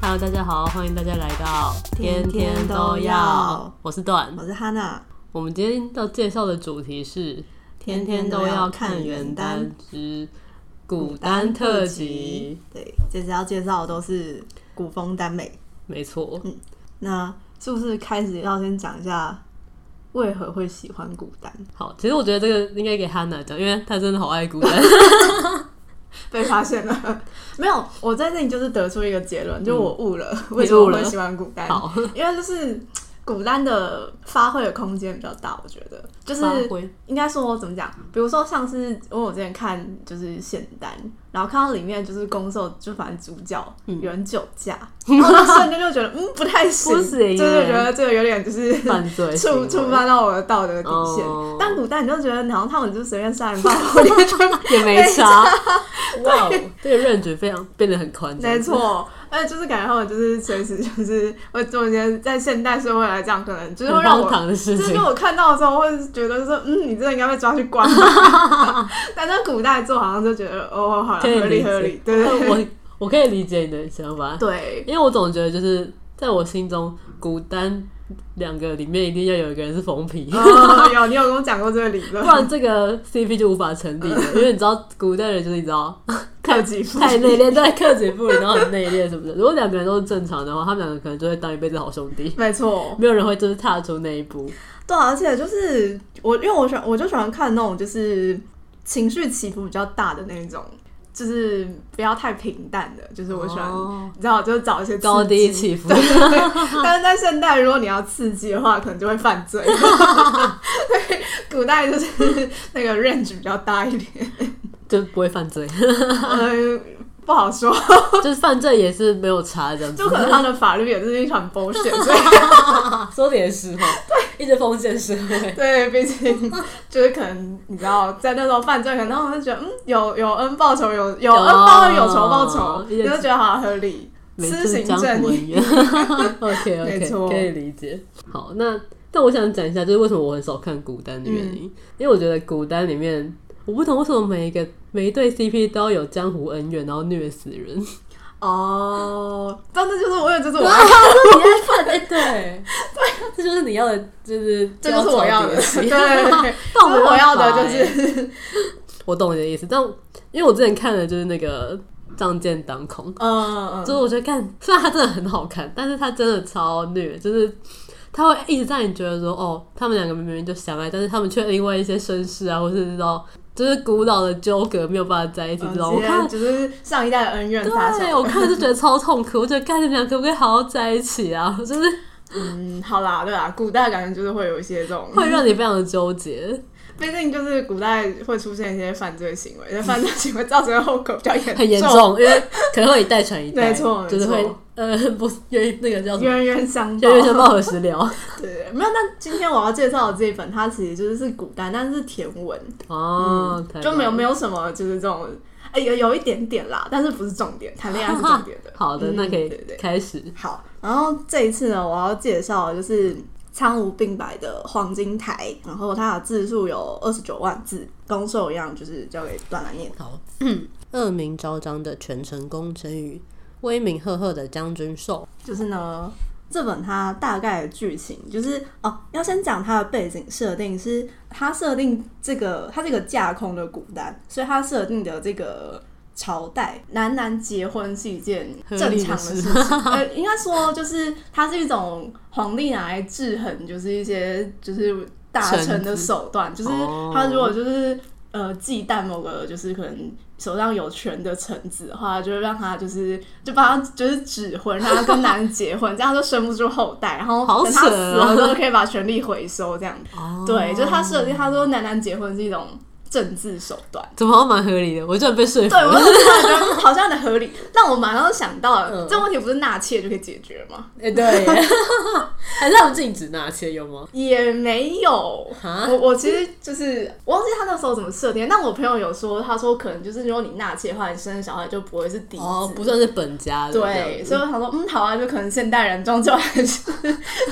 Hello，大家好，欢迎大家来到天天都要我是段我，是哈娜，我们今天要介绍的主题是天天都要看原单之古单特辑。。对，这次要介绍的都是古风耽美。没错，那是不是开始要先讲一下为何会喜欢古耽？好，其实我觉得这个应该给 Hannah 讲，因为她真的好爱古 单。被发现了？ 没有，我在这里就是得出一个结论，就我悟了，你为什么悟我了会喜欢古耽？好，因为就是古耽的发挥的空间比较大，我觉得就是发 挥应该说怎么讲？比如说像是因为我之前看就是现单，然后看到里面就是攻受，就反正主角嗯有人酒驾，然后那瞬间就觉得嗯不太行，不行耶就是觉得这个有点就是犯罪行触为触犯到我的道德底线。哦但古代你就觉得好像他们就随便杀人放 火，你就觉得也没 差。哇，哦这个 range 非常变得很宽，没。错，而且就是感觉他们就是随时就是会做一些在现代社会来讲，可能就是会让很我荒唐的事就是情就，我看到的时候，会觉得说，嗯，你真的应该被抓去关。 但在古代做，好像就觉得，哦，好了，可以合理理合理解，。对对对我我可以理解你的想法，对，因为我总觉得就是在我心中，孤单两个里面一定要有一个人是疯 皮，哦有你有跟我讲过这个理不 论，然这个 CP 就无法成 立了。因为你知道，古代人就是你知道 克己复太内敛，在克己复礼，然后很内敛什么的。如果两个人都是正常的话，他们两个可能就会当一辈子好兄 弟，没错，没有人会就是踏出那一步。对啊，而且就是我，因为我喜欢，我就喜欢看那种就是情绪起伏比较大的那种，就是不要太平淡的，就是我喜欢，哦你知道，就是找一些刺高低激起伏，但是在现代，如果你要刺激的话，可能就会犯 罪。对，古代就是那个 range 比较大一 点， 就不会犯罪， 呃，不好说，就是犯罪也是没有差这样子就。可能他的法律也是一场 bullshit，所以啊说的也是哦 哈，一直封建社会。对，毕竟就是可能你知道，在那时候犯罪，可能他们就觉得嗯，有有恩报仇，有有恩报恩，有仇报仇，有你就觉得好像合理，没施就是行江正湖义。一 样。OK 没 OK，错可以理解。好，那但我想讲一下，就是为什么我很少看古单的原因，嗯因为我觉得古单里面，我不懂为什么每一个每一对 CP 都要有江湖恩怨，然后虐死人。哦，但这就是我也 就是我，你爱看？哎、对， 这就是你要的，就是这就是我要的， 对， 但我没这是我办要的法就欸是我懂你的意思，但因为我之前看的就是那个《仗剑当空》，嗯嗯所以我觉得看，虽然它真的很好看，但是它真的超虐，就是它会一直让你觉得说，哦，他们两个明明就相爱，但是他们却因为一些身世啊，或是知道就是古老的纠葛没有办法在一起，知道、我看嗯，。就是上一代的恩怨发对，生。我看就觉得超痛苦，我觉得干你们俩可不可以好好在一起啊？ 就是嗯，好啦，对啦，古代感觉就是会有一些这种，会让你非常的纠结，毕竟就是古代会出现一些犯罪行为，而且犯罪行为造成的后果比较严很严重，因为可能会一代传一代，没错没就错是会呃不是愿意那个叫什么冤冤相报冤。冤相报何时了？ 对，没有。那今天我要介绍的这一本，它其实就是是古代，但是甜文，哦，台湾。嗯就没有没有什么就是这种，哎、有有一点点啦，但是不是重点，谈恋爱是重点的 好的，嗯那可以对对开始。好，然后这一次呢，我要介绍的就是苍梧并白的黄金台，然后它的字数有二十九万字，跟兽一样，就是交给段来念。好， 恶名昭彰的全城功臣与威名赫赫的将军寿，就是呢，这本它大概的剧情就是哦，要先讲它的背景设定是呃它设定这个它这个架空的古代，所以它设定的这个。朝代男男结婚是一件合正理的常的事事情， 呃，应该说就是它是一种皇帝拿来制衡，就是一些就是大臣的手段，就是他如果就是呃忌惮某个就是可能手上有权的臣子的话，就会让他就是就帮他就是指婚，让他跟男人结婚，这样就生不出后代，然后好等他扯啊死了之后可以把权力回收，这样。哦对，就是他设计，他说男男结婚是一种政治手段。怎么好像蛮合理的？我居然被说服对，我了。就突然觉得好像很合理，但我马上想到 嗯了，这问题不是纳妾就可以解决吗？哎、 对耶，还是他们禁止纳妾有吗？也没有，哈我我其实就是我忘记他那时候怎么设定，但我朋友有说，他说可能就是如果你纳妾的话，你生的小孩就不会是嫡子。哦，不算是本家的。对，所以我想说，嗯，好啊，就可能现代人终究还是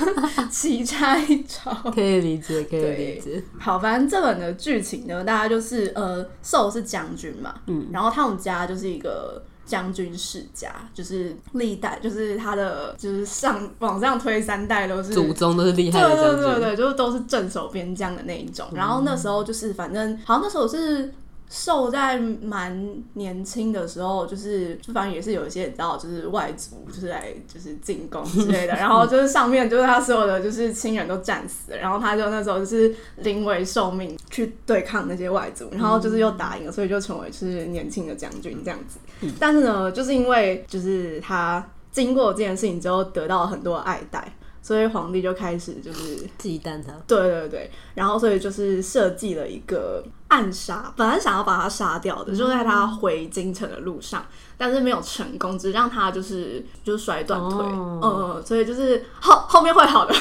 奇差一招。可以理解，可以对理解。好，反正这本的剧情呢，大家就是呃，寿是将军嘛，嗯，然后他们家就是一个将军世家，就是历代就是他的就是上往上推三代都是祖宗都是厉害的对将对对军，嗯对，就是都是镇守边疆的那一种。然后那时候就是，反正好像那时候我是受在蛮年轻的时候，就是就反正也是有一些你知道，就是外族就是来就是进攻之 类的。然后就是上面就是他所有的就是亲人都战死了，然后他就那时候就是临危受命去对抗那些外族，然后就是又嗯打赢了，所以就成为就是年轻的将军这样子。但是呢，就是因为就是他经过这件事情之后，得到了很多的爱戴。所以皇帝就开始就是忌惮他。对对对，然后所以就是设计了一个暗杀，本来想要把他杀掉的，就在他回京城的路上，但是没有成功，只让他就是就是摔断腿，哦嗯嗯，所以就是后后面会好的，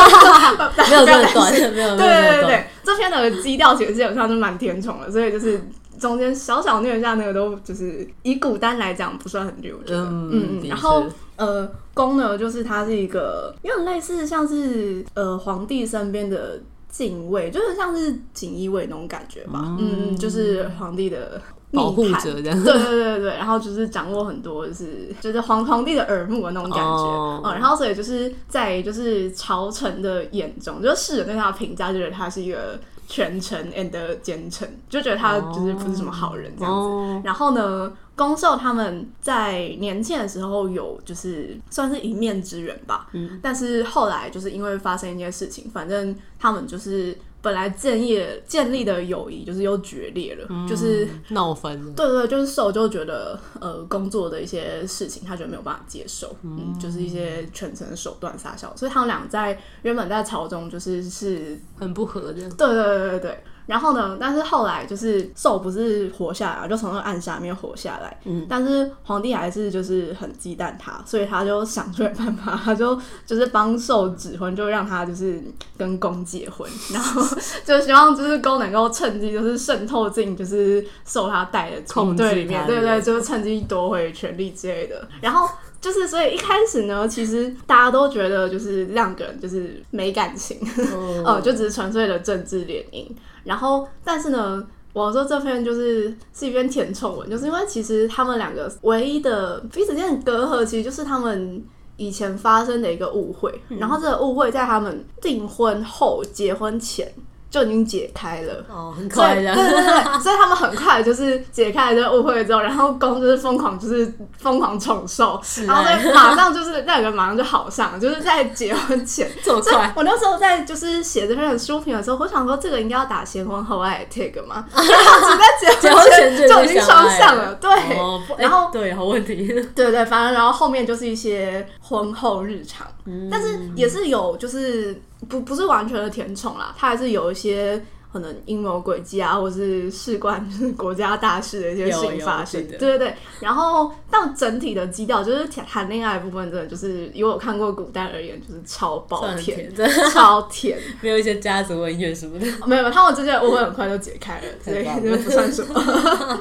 没有不这要么担短，心没有没有这么对对对短。对，这篇的基调其实基本上是蛮甜宠的，所以就是中间小小虐一下那个都就是以古单来讲不算很虐，我觉得，嗯嗯，嗯，的然后确呃，公呢，就是他是一个有点类似像是呃皇帝身边的禁卫，就是像是锦衣卫那种感觉吧。嗯嗯，就是皇帝的密哦保护探者这样对对对对，然后就是掌握很多就是就是皇皇帝的耳目的那种感觉。哦嗯，然后所以就是在就是朝臣的眼中，就是世人对他的评价，就觉得他是一个权臣 and 奸臣，就觉得他就是不是什么好人这样子。哦，然后呢，宫寿他们在年轻的时候有就是算是一面之缘吧，嗯，但是后来就是因为发生一些事情，反正他们就是本来建立建立的友谊就是又决裂了，就是闹翻了。对对，对就是受就觉得呃工作的一些事情，他觉得没有办法接受，嗯，就是一些全程手段撒小，所以他们俩在原本在朝中就是是很不合这样。对对对对对。然后呢？但是后来就是寿不是活下来嘛，就从那个暗杀里面活下来。嗯，但是皇帝还是就是很忌惮他，所以他就想出来办法，他就就是帮寿指婚，就让他就是跟公结婚，然后就希望就是公能够趁机就是渗透进就是受他带的控制对里面，他对的对，人就是趁机夺回权力之类的。然后就是所以一开始呢，其实大家都觉得就是两个人就是没感情，哦呃，就只是纯粹的政治联姻。然后，但是呢，我说这篇就是是一篇甜宠文，就是因为其实他们两个唯一的彼此间的隔阂，其实就是他们以前发生的一个误会。嗯然后这个误会在他们订婚后、结婚前就已经解开了。哦，很所以快对这对样。对，所以他们很快就是解开了这个误会之后，然后公就是疯狂就是疯狂宠受，然后爱所以马上就是那个人马上就好上了，就是在结婚前这么所 以快，我那时候在就是写这篇书评的时候，我想说这个应该要打先婚后爱的 tag 嘛， 然后只在结结婚前前就就已已经经相双爱向了了，对。哦不哎然后对，好问题。对对，反正然后后面就是一些婚后日常，嗯但是也是有就是不不是完全的甜宠啦，它还是有一些可能阴谋诡计啊，或是事关就是国家大事的一些有事情有发是生。的对对对，然后到整体的基调就是谈谈恋爱的部分，真的就是以我看过古代而言，就是超爆算很甜，甜，真的超甜。没有一些家族恩怨什么的。没有，没有他们之间的误会很快就解开了，所太以棒了这不算什么。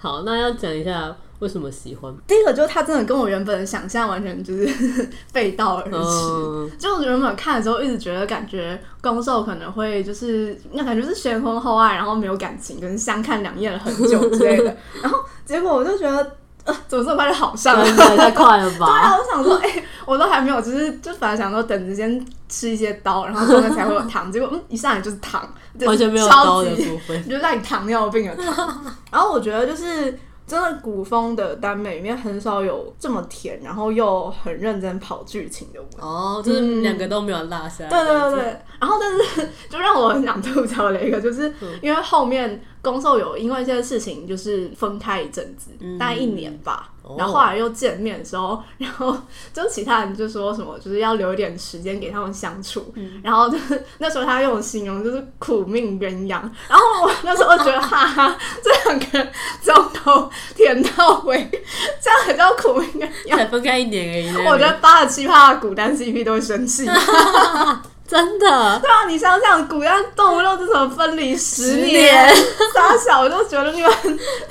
好，那要讲一下为什么喜 欢。 第一个就是他真的跟我原本的想象完全就是背道而驰。 嗯，就我原本看的时候，一直觉得感觉攻受可能会就是那感觉是先婚后爱，然后没有感情，跟相看两厌了很久之类的。 然后结果我就觉得，呃，怎么这么快就好上 了？真的太快了 对吧？啊，我想说，哎、我都还没有，就是就本来想说等着先吃一些刀，然后中间才会有糖，结果嗯，一上来就是糖，完全没有超刀的级部分。就让你糖尿病的糖。然后我觉得就是真的古风的耽美里面很少有这么甜，然后又很认真跑剧情的文。哦，就是两个都没有落下。对对对，对，然后但是 就让我很想吐槽的一个，就是因为后面宫寿有因为一些事情就是分开一阵子，大概一年吧哦，然后后来又见面的时候， 然后就其他人就说什么就是要留一点时间给他们相处，然后就是那时候他用形容就是苦命鸳鸯，然后我那时候觉得哈哈， 这两个人从头甜到尾，这样才叫苦命鸳鸯。才分开一年而已。我觉得八十七趴的古单 CP 都会生气，真的。对啊，你想想，古代动物肉这种分离十十 年，傻小，我就觉得你 们，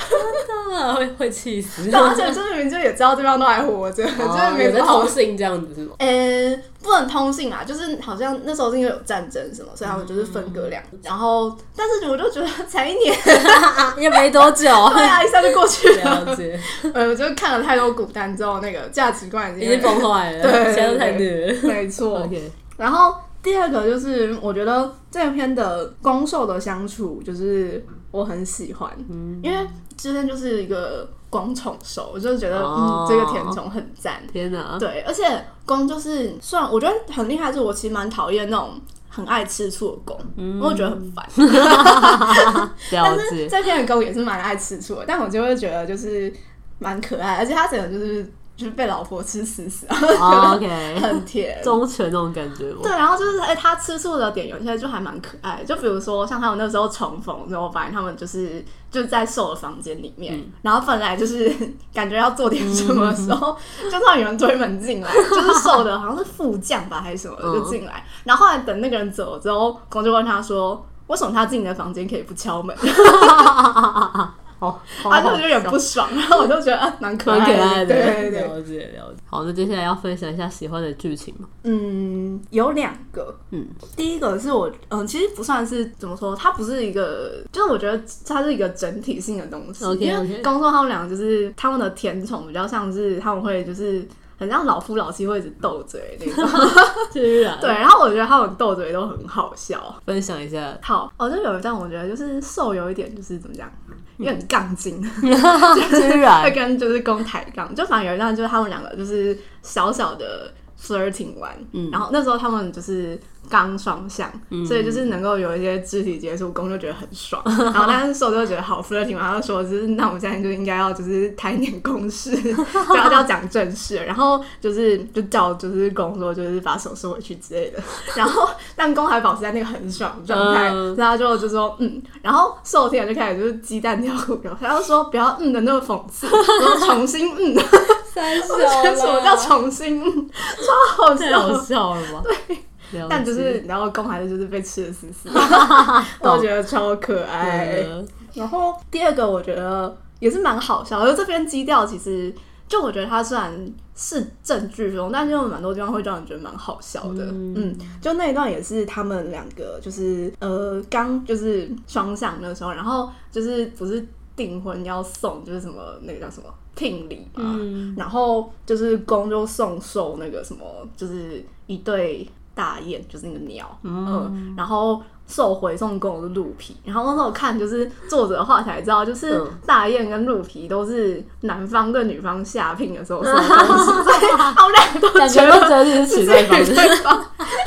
真的会会气死， 对而且就是明就也知道对方都还活着，就是啊有没在办法通信这样子是吗？呃、不能通信啦，就是好像那时候是因为有战争什么，所以他们就是分隔两。然后，但是我就觉得才一 年，啊也没多久，对啊，一下就过去了。 了 解， 呃，我就看了太多古单之后，那个价值观已已经经崩坏了，对现在太虐了。没错。 OK，然后第二个就是，我觉得这篇的攻受的相处，就是我很喜欢，嗯因为之前就是一个公宠受，我就觉得、哦嗯，这个甜宠很赞。天哪，对，而且公就是，虽然我觉得很厉害，是我其实蛮讨厌那种很爱吃醋的公，因为我觉得很烦。嗯了但是 解，这篇的公也是蛮爱吃醋的，但我就会觉得就是蛮可爱，而且他整个就是就是被老婆吃死死，哦 OK，很甜。忠犬那种感觉吗对，？然后就是哎、他吃醋的点有些就还蛮可爱的，就比如说像他们那时候重逢之后，反正他们就是就在瘦的房间里面，嗯然后本来就是感觉要做点什么的时候， 就突然有人推门进来，就是瘦的好像是副将吧还是什么的嗯就进来，然后后来等那个人走之后，公就问他说。为什么他进你的房间可以不敲门？好，哦好 他就有点不爽，然后我就觉得啊蛮、可蛮可爱爱的。的，对对对，了解了解。好，那接下来要分享一下喜欢的剧情嘛？嗯，有两个，嗯，第一个是我，嗯，其实不算是怎么说，它不是一个，就是我觉得它是一个整体性的东西。 OK，OK 因为工作他们两个就是他们的甜宠比较像是他们会就是很像老夫老妻会一直斗嘴那种。居然对，然后我觉得他们斗嘴都很好笑。分享一下， 好，哦，就有一段我觉得就是瘦有一点就是怎么讲，有点杠精，居会 然跟就是公抬杠，就反正有一段就是他们两个就是小小的 flirting 完，嗯然后那时候他们就是刚双向，所以就是能够有一些肢体接触，公就觉得很爽， 然后但是瘦就觉得好 flirting 嘛，他就说就是那我们现在就应该要就是谈一点公事， 就要就要讲正事，然后就是就叫就是公说就是把手收回去之类的，然后但公还保持在那个很爽的状态，嗯所以他就就说嗯，然后瘦天就开始就是鸡蛋挑骨头，他就说不要嗯的那个讽刺，然后重新嗯，三小什么叫重新嗯，超好太好笑。笑了吧？对，但就是，然后公还是就是被吃的死 死的，懂我觉得超可爱。然后第二个我觉得也是蛮好笑的，就这篇基调其实就我觉得它虽然是正剧中，但是有蛮多地方会让人觉得蛮好笑的。嗯嗯就那一段也是他们两个就是呃刚就是双向的时候，然后就是不是订婚要送就是什么那个叫什么聘礼嘛，嗯，然后就是公就送寿那个什么，就是一对大雁，就是那个鸟，嗯，然后受回送公的是鹿皮，然后那时候看就是作者的话才知道，就是嗯大雁跟鹿皮都是男方跟女方下聘的时候送的东西，所以他们俩都感觉觉得都觉得自己是取是对方自己的，对方，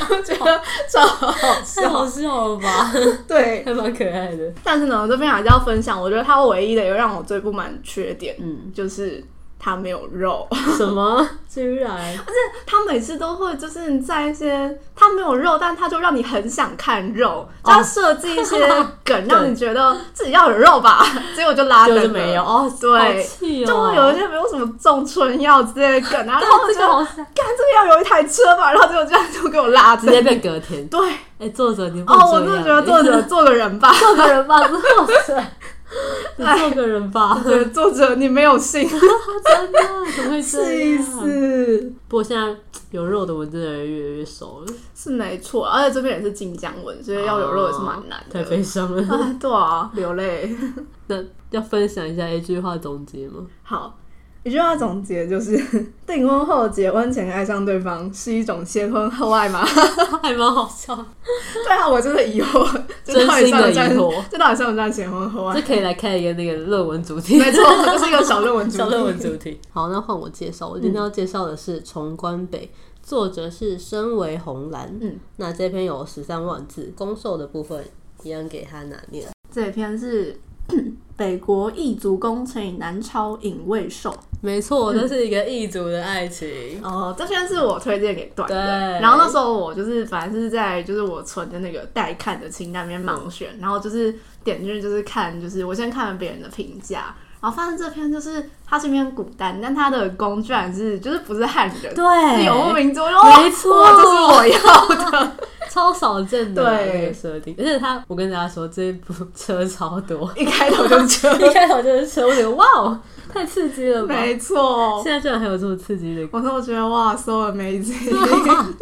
我 觉得超好太好笑，笑了吧？对。还蛮可爱的，但是呢，这边还是要分享，我觉得它唯一的有让我最不满的缺点，嗯，就是它没有肉。什么？居然他每次都会就是在一些他没有肉，但他就让你很想看肉，哦就他设计一些 梗，让你觉得自己要有肉吧， 结果就拉就的是没有，哦，对好气哦，就会有一些没有什么种春药之类的梗啊，然后我对，就这干个好像这个要有一台车吧，然后结果这样就给我拉直着，接被隔天。对，哎，作者你不哦，我这真的样哎 觉得作者做个人吧，做个人吧，作者，你做个人吧，对，作者你没有心，真的怎么会这气样？死。不过现在有肉的文字的人越来越少了，是没错，而且这边也是晋江文，所以要有肉也是蛮难太的。悲伤了。 哎，对啊，流泪。那要分享一下一句话总结吗？好，一句话总结就是：订婚后结婚前爱上对方是一种先婚后爱吗？ 还蛮好笑，对啊，我真的疑惑，这真到底心算的不疑算？惑。这到底算不算先婚后 爱这？可以来开一个那个论文主题，没错，这是一个小论文主题。 小论文主题。好，那换我介绍，我今天要介绍的是《重关北》。作者是身为红兰，嗯，那这篇有十三万字，攻受的部分一样给他拿念。这篇是 北国异族公乘以南朝隐卫兽。没 错，这是一个异族的爱情。哦，这篇是我推荐给段的。对然后那时候我就是反正是在就是我存的那个待看的清单里面盲选，然后就是点进去就是看，就是我先看了别人的评价，然后发现这篇就是它是一篇古代，但它的公居然是就是不是汉人，对是游牧民族，没错哇这是我要的，超少见的对那个设定。而且他，我跟大家说，这一部车超多，一开头就车， 一开头就是车，我觉得哇哦，太刺激了吧！没错现。在居然还有这么刺激的我说我觉得哇，so amazing，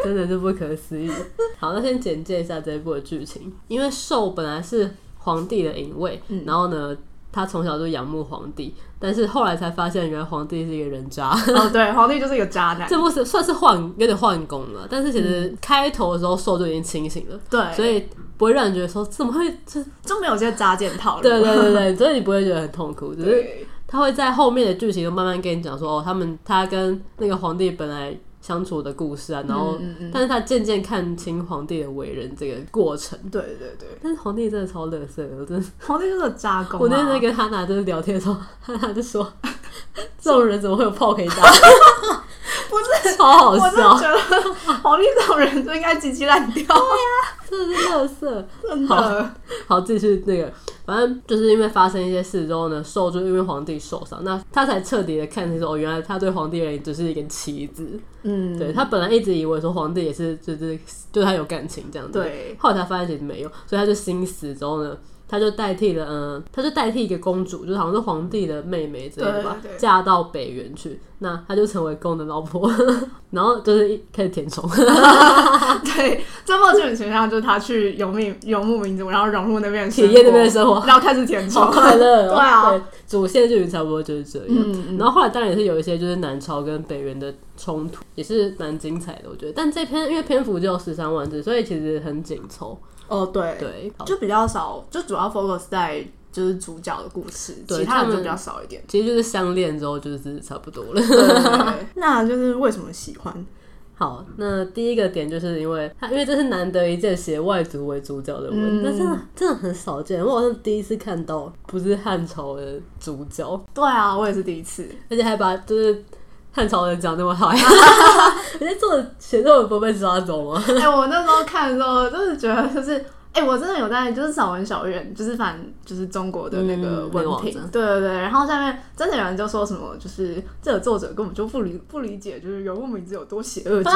真的是不可思议。好，那先简介一下这一部的剧情，因为寿本来是皇帝的隐卫，然后呢，他从小就仰慕皇帝，但是后来才发现，原来皇帝是一个人渣。 哦对，皇帝就是一个渣男，这部是算是换有点换宫了，但是其实开头的时候寿就已经清醒了，对，所以不会让人觉得说怎么会这？就没有些渣检讨论，对对对 对，所以你不会觉得很痛苦，只是对他会在后面的剧情就慢慢跟你讲说，哦，他们他跟那个皇帝本来相处的故事啊，然后，嗯嗯嗯但是他渐渐看清皇帝的为人这个过程。对对对， 但是皇帝真的超乐色的，我真的，皇帝就是个渣公啊，我那天在跟哈娜就是聊天的时候， 哈娜就说，这种人怎么会有炮可以 打？不是，超好我真的笑，觉得皇帝这种人就应该鸡鸡烂 掉，真的是乐色。真的，好，继续那个，反正就是因为发生一些事之后呢，受就因为皇帝受伤，那他才彻底的看清说，哦，原来他对皇帝而言只是一个棋子。嗯，对他本来一直以为说皇帝也是就是对他有感情这样子，对后来才发现其实没有，所以他就心死之后呢，他就代替了嗯、呃他就代替一个公主，就是好像是皇帝的妹妹之类的吧对对，对嫁到北原去，那他就成为公的老婆， 然后就是一开始填充，对，这部剧很形象就是他去游牧游牧民族，然后融入那边的生体验那活边的生活然后开始填充好，快乐、哦， 对啊主线剧情差不多就是这样。嗯然后后来当然也是有一些就是南朝跟北元的冲突，也是蛮精彩的，我觉得。但这篇因为篇幅只有十三万字，所以其实很紧凑。哦对，对， 好就比较少，就主要 focus 在就是主角的故事，对其他他人们。就比较少一点 其实就是相恋之后就是差不多了。 对对对那就是为什么喜欢？好，那第一个点就是因为他，因为这是难得一见写外族为主角的文，嗯那真的真的很少见，我好像第一次看到不是汉朝的主角，对啊，我也是第一次，而且还把就是汉朝人讲那么 好，人家做的写作文不被抓走 吗？哎、我那时候看的时候，就是觉得就是，哎、我真的有在就是找文小院，就是反正就是中国的那个嗯那文个网凭，站对对对。然后下面真的有人就说什么，就是这个作者根本就不理不理解，就是游牧民族有多邪恶之类的，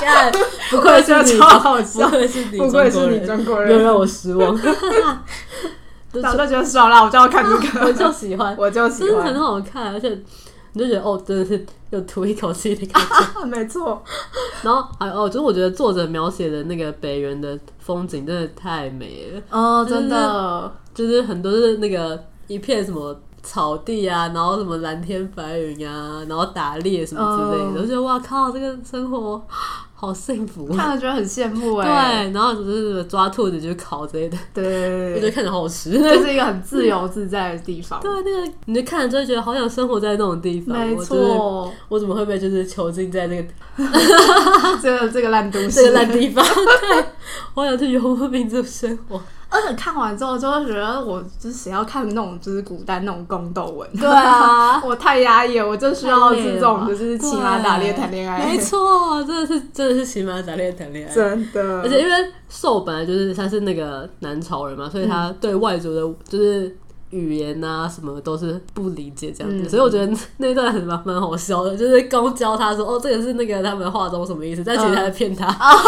干不愧是你，我觉得超好笑不愧是你， 不愧是你中国又人。让我失 望。就然后就觉得爽啦，我就要看这 我个，就喜欢，我就喜真的很欢，好看，而且你就觉得哦，真的是有吐一口气的感觉。没错，然后还有哦，就是我觉得作者描写的那个北原的风景真的太美了，哦，真真的的，就是很多是那个一片什么。草地啊，然后什么蓝天白云啊，然后打猎什么之类的嗯我觉得哇靠，这个生活好幸福。哦 看了觉得很羡慕对哎，，然后就是抓兔子去烤之类的，对对我对觉得对看着好好 吃。对，就是一个很自由自在的地方，对，那个你就看了就会觉得好想生活在那种地方。没我就是，错， 我怎么会被就是囚禁在那个这个这个烂都市，这个烂 地方？对，我想去游牧民族生活。而且看完之后就会觉得，我就是谁要看那种就是古代那种宫斗文？对啊 我太压抑了，我就需要是这太累了种吧就是骑马打猎谈恋爱没，错，真的是真的是骑马打猎谈恋爱。真的，而且因为寿本来就是他是那个南朝人嘛，所以他对外族的就是语言啊什么都是不理解这样子，嗯所以我觉得那段很蛮蛮好笑的，就是刚教他说哦这个是那个他们话中什么意思，但其实他在骗他， 嗯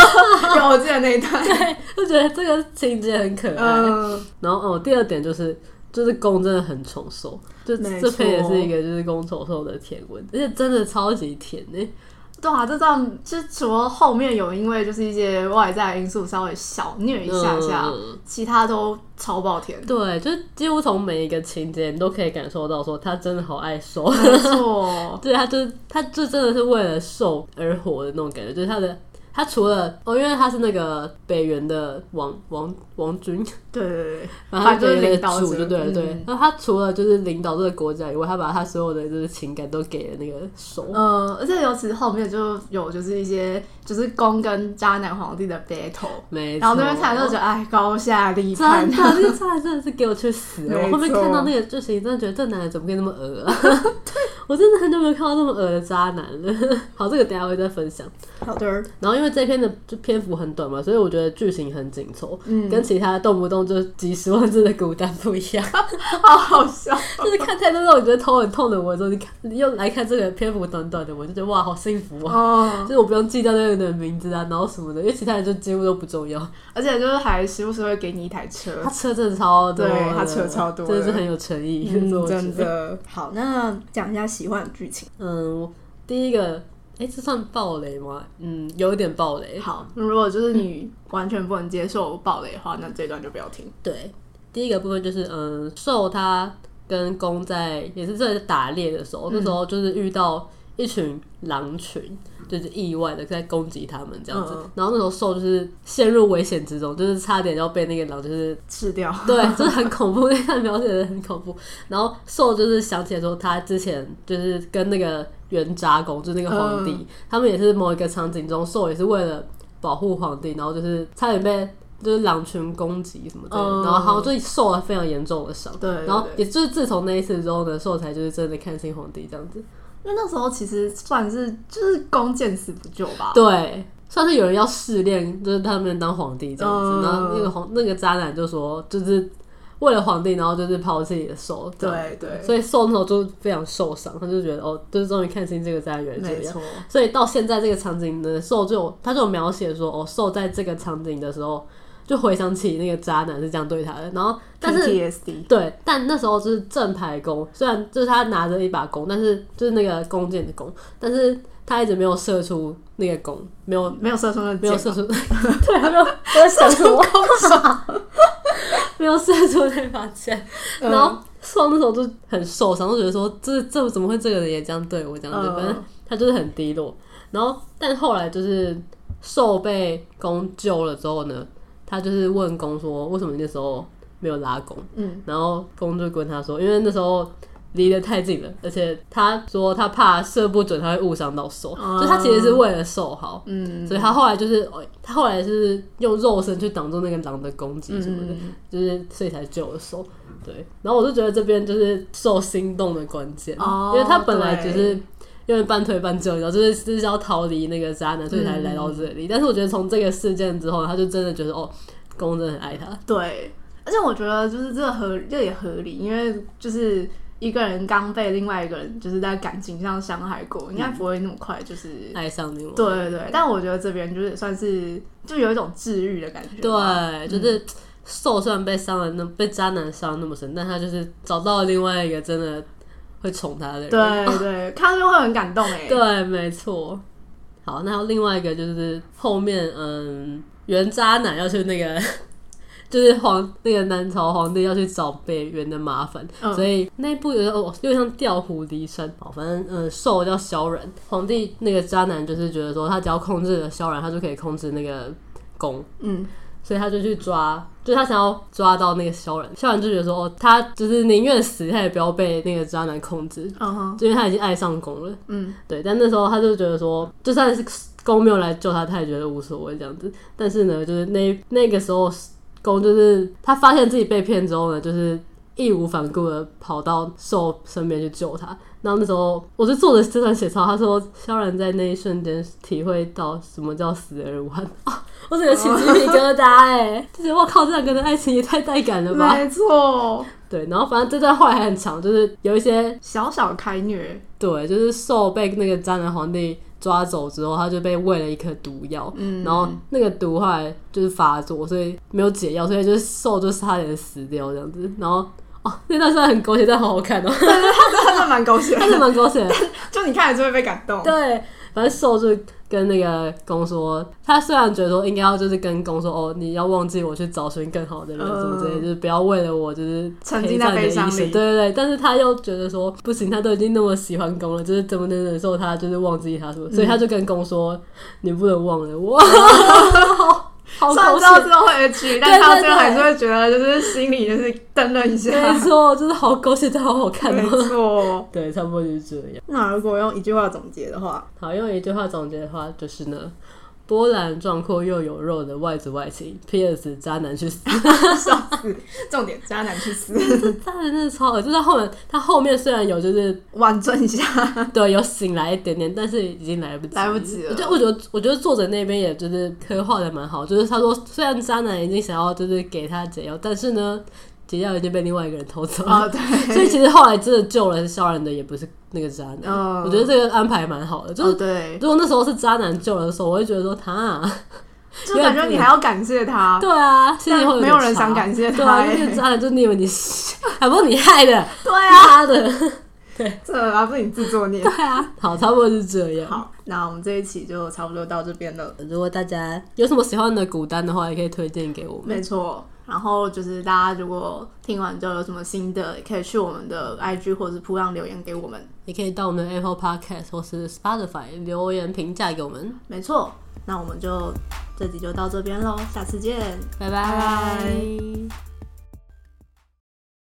有我记得那一段， 就觉得这个情节很可爱。啊嗯，然后哦第二点就是。就是公真的很宠寿，就没这篇也错是一个就是公宠寿的甜文，而且真的超级甜欸诶、对啊，这段就除了后面有因为就是一些外在因素稍微小虐一下下，嗯，其他都超爆甜 对，就是几乎从每一个情节，你都可以感受到说他真的好爱寿，没 错，对，他就是他就真的是为了受而活的那种感觉，就是他的他除了哦，因为他是那个北原的王王王君，对对对，然后他 反正就是北原领的导主者，就对了对嗯，那、他除了就是领导这个国家以外，他把他所有的就是情感都给了那个受。呃，而且尤其后面就有就是一些就是公跟渣男皇帝的 battle，没错，然后那边看就觉得哎高下立判真，的，这个渣男真的是给我去死！没我后面看到错那个剧情，真的觉得这男的怎么可以那么恶啊？ 我真的很久没有看到这么恶的渣男了。好，这个等一下会再分享。好的，然后因为这篇的就篇幅很短嘛，所以我觉得剧情很紧凑，嗯跟其他动不动就几十万字的古代不一样。好好笑。就是看太多那种觉得头很痛的文之后，你看你又来看这个篇幅短短的文，就觉得哇，好幸福啊！哦就，是我不用记掉那个人的名字啊，然后什么的，因为其他人就几乎都不重要。而且就是还时不时会给你一台车他，车真的超多的，对他车超多的真的是很有诚意，嗯作者真。的。好，那讲一下喜欢的剧情。嗯，我第一个，哎，这算暴雷吗？嗯，有一点暴雷。好，如果就是你完全不能接受暴雷的话，那这段就不要听。对，第一个部分就是，嗯，受他跟公在也是在打猎的时嗯候，那时候就是遇到一群狼群，就是意外的在攻击他们这样子。嗯然后那时候受就是陷入危险之中，就是差点要被那个狼就是吃掉。 对，就是很恐怖， 那段描写的很恐怖。然后兽就是想起来说，他之前就是跟那个元札公，就是那个皇嗯帝，他们也是某一个场景中，兽也是为了保护皇帝，然后就是差点被就是狼群攻击什么之类的，嗯然后好像就受了非常严重的伤。对 对然后对也就是自从那一次之后呢，兽才就是真的看清皇帝这样子。因为那时候其实算是就是弓箭死不救吧。对，算是有人要试炼，就是他们当皇帝这样子。嗯然后那个皇那个渣男就说，就是为了皇帝，然后就是抛弃的手。这样对对，所以受那时候就非常受伤，他就觉得哦，就是终于看清这个家园这没样。错。所以到现在这个场景呢，受就有他就有描写说，哦，受在这个场景的时候，就回想起那个渣男是这样对他的。然后，但是 PTSD 对，但那时候就是正牌弓，虽然就是他拿着一把弓，但是就是那个弓箭的弓，但是他一直没有射出那个弓，没有没有射出那没有箭 射出， 对，他没有，我在想什么？没有射出那把剑，嗯然后宋那时候就很受伤，就觉得说这这怎么会这个人也这样对我这样子，嗯反正他就是很低落。然后但后来就是受被公救了之后呢，他就是问公说为什么你那时候没有拉弓？嗯，然后公就跟他说，因为那时候离得太近了，而且他说他怕射不准，他会误伤到手，嗯就他其实是为了受好，嗯，所以他后来就是哦他后来是用肉身去挡住那个狼的攻击什么的，嗯就是所以才救了手。对，然后我就觉得这边就是受心动的关键，哦因为他本来只是因为半推半就，然后就是就是要逃离那个渣男，所以才来到这嗯里。但是我觉得从这个事件之后，他就真的觉得哦，公真的很爱他。对，而且我觉得就是这个合这也合理，因为就是一个人刚被另外一个人就是在感情上伤害过，应该不会那么快就是。爱上你我，对对对，但我觉得这边就是算是就有一种治愈的感觉吧。嗯对，就是受虽然被伤了那被渣男伤得那么深，但他就是找到了另外一个真的会宠他的人。对对，看到就会很感动哎。对，没错。好，那还有另外一个就是后面，嗯，原渣男要去那个， 就是皇那个南朝皇帝要去找北元的麻烦，嗯所以那一部有点哦，又像调虎离山。好，反正嗯，受叫萧然，皇帝那个渣男就是觉得说，他只要控制了萧然，他就可以控制那个宫。嗯，所以他就去抓，就他想要抓到那个萧然，萧然就觉得说，哦，他就是宁愿死，他也不要被那个渣男控制，嗯哼，就因为他已经爱上宫了。嗯，对，但那时候他就觉得说，就算是公没有来救他，他也觉得无所谓这样子。但是呢，就是那那个时候，公就是他发现自己被骗之后呢，就是义无反顾的跑到兽身边去救他。然后那时候，我就作者这段写照，他说萧然在那一瞬间体会到什么叫死而无憾啊！我整个起鸡皮疙瘩哎、就是我靠，这两个人的爱情也太带感了吧？没错，对，然后反正这段话还很长，就是有一些小小开虐， 对，就是兽被那个渣男皇帝抓走之后，他就被喂了一颗毒药，嗯，然后那个毒后来就是发作，所以没有解药，所以就是兽就差点死掉这样子。然后哦，那段虽然很狗血，但好好看哦， 真的蛮狗血的，还是蛮狗血的。就你看还是会被感动。对，反正兽就跟那个公说，他虽然觉得说应该要就是跟公说，哦，你要忘记我去找寻更好的人什么之类的，嗯就是不要为了我就是沉陪浸伴在你的悲伤一生里对对对，但是他又觉得说不行，他都已经那么喜欢公了，就是怎么能忍受他就是忘记他什嗯么？所以他就跟公说，你不能忘了 我。 好虽然狗知血道，之后会 H，但对看到对最后对还是会觉得就是心里就是 噔了一下。没错，就是好狗血，但好好看没哦。错。对，差不多就是这样。那如果用一句话总结的话，好，用一句话总结的话，就是呢，波澜壮阔又有肉的外子外情。P.S. 渣男去死，笑死！重点渣男去死，渣男真的超恶就是后面他后面虽然有就是婉转一 下，对有醒来一点点，但是已经来不及，来不及了我觉得我觉得我觉得作者那边也就是刻画的蛮好，就是他说虽然渣男已经想要就是给他解药，但是呢解药已经被另外一个人偷走了。啊、对，所以其实后来真的救了肖然的也不是那个渣男，嗯我觉得这个安排蛮好的。就是、哦对，如果那时候是渣男救了的时候，我会觉得说他、就感觉你还要感谢他，对啊，心里会但没点有人差想感谢对他、啊，欸那个渣男就你以为 你是，还不是你害的，对啊，妈的，这还不是你自作孽。对啊， 好，差不多是这样。好，那我们这一期就差不多到这边了。如果大家有什么喜欢的古单的话，也可以推荐给我们。没错，然后就是大家如果听完之后有什么心得，也可以去我们的 IG 或者是铺浪留言给我们。也可以到我们的 Apple Podcast 或是 Spotify 留言评价给我们。没错，那我们就这集就到这边喽，下次见。拜拜拜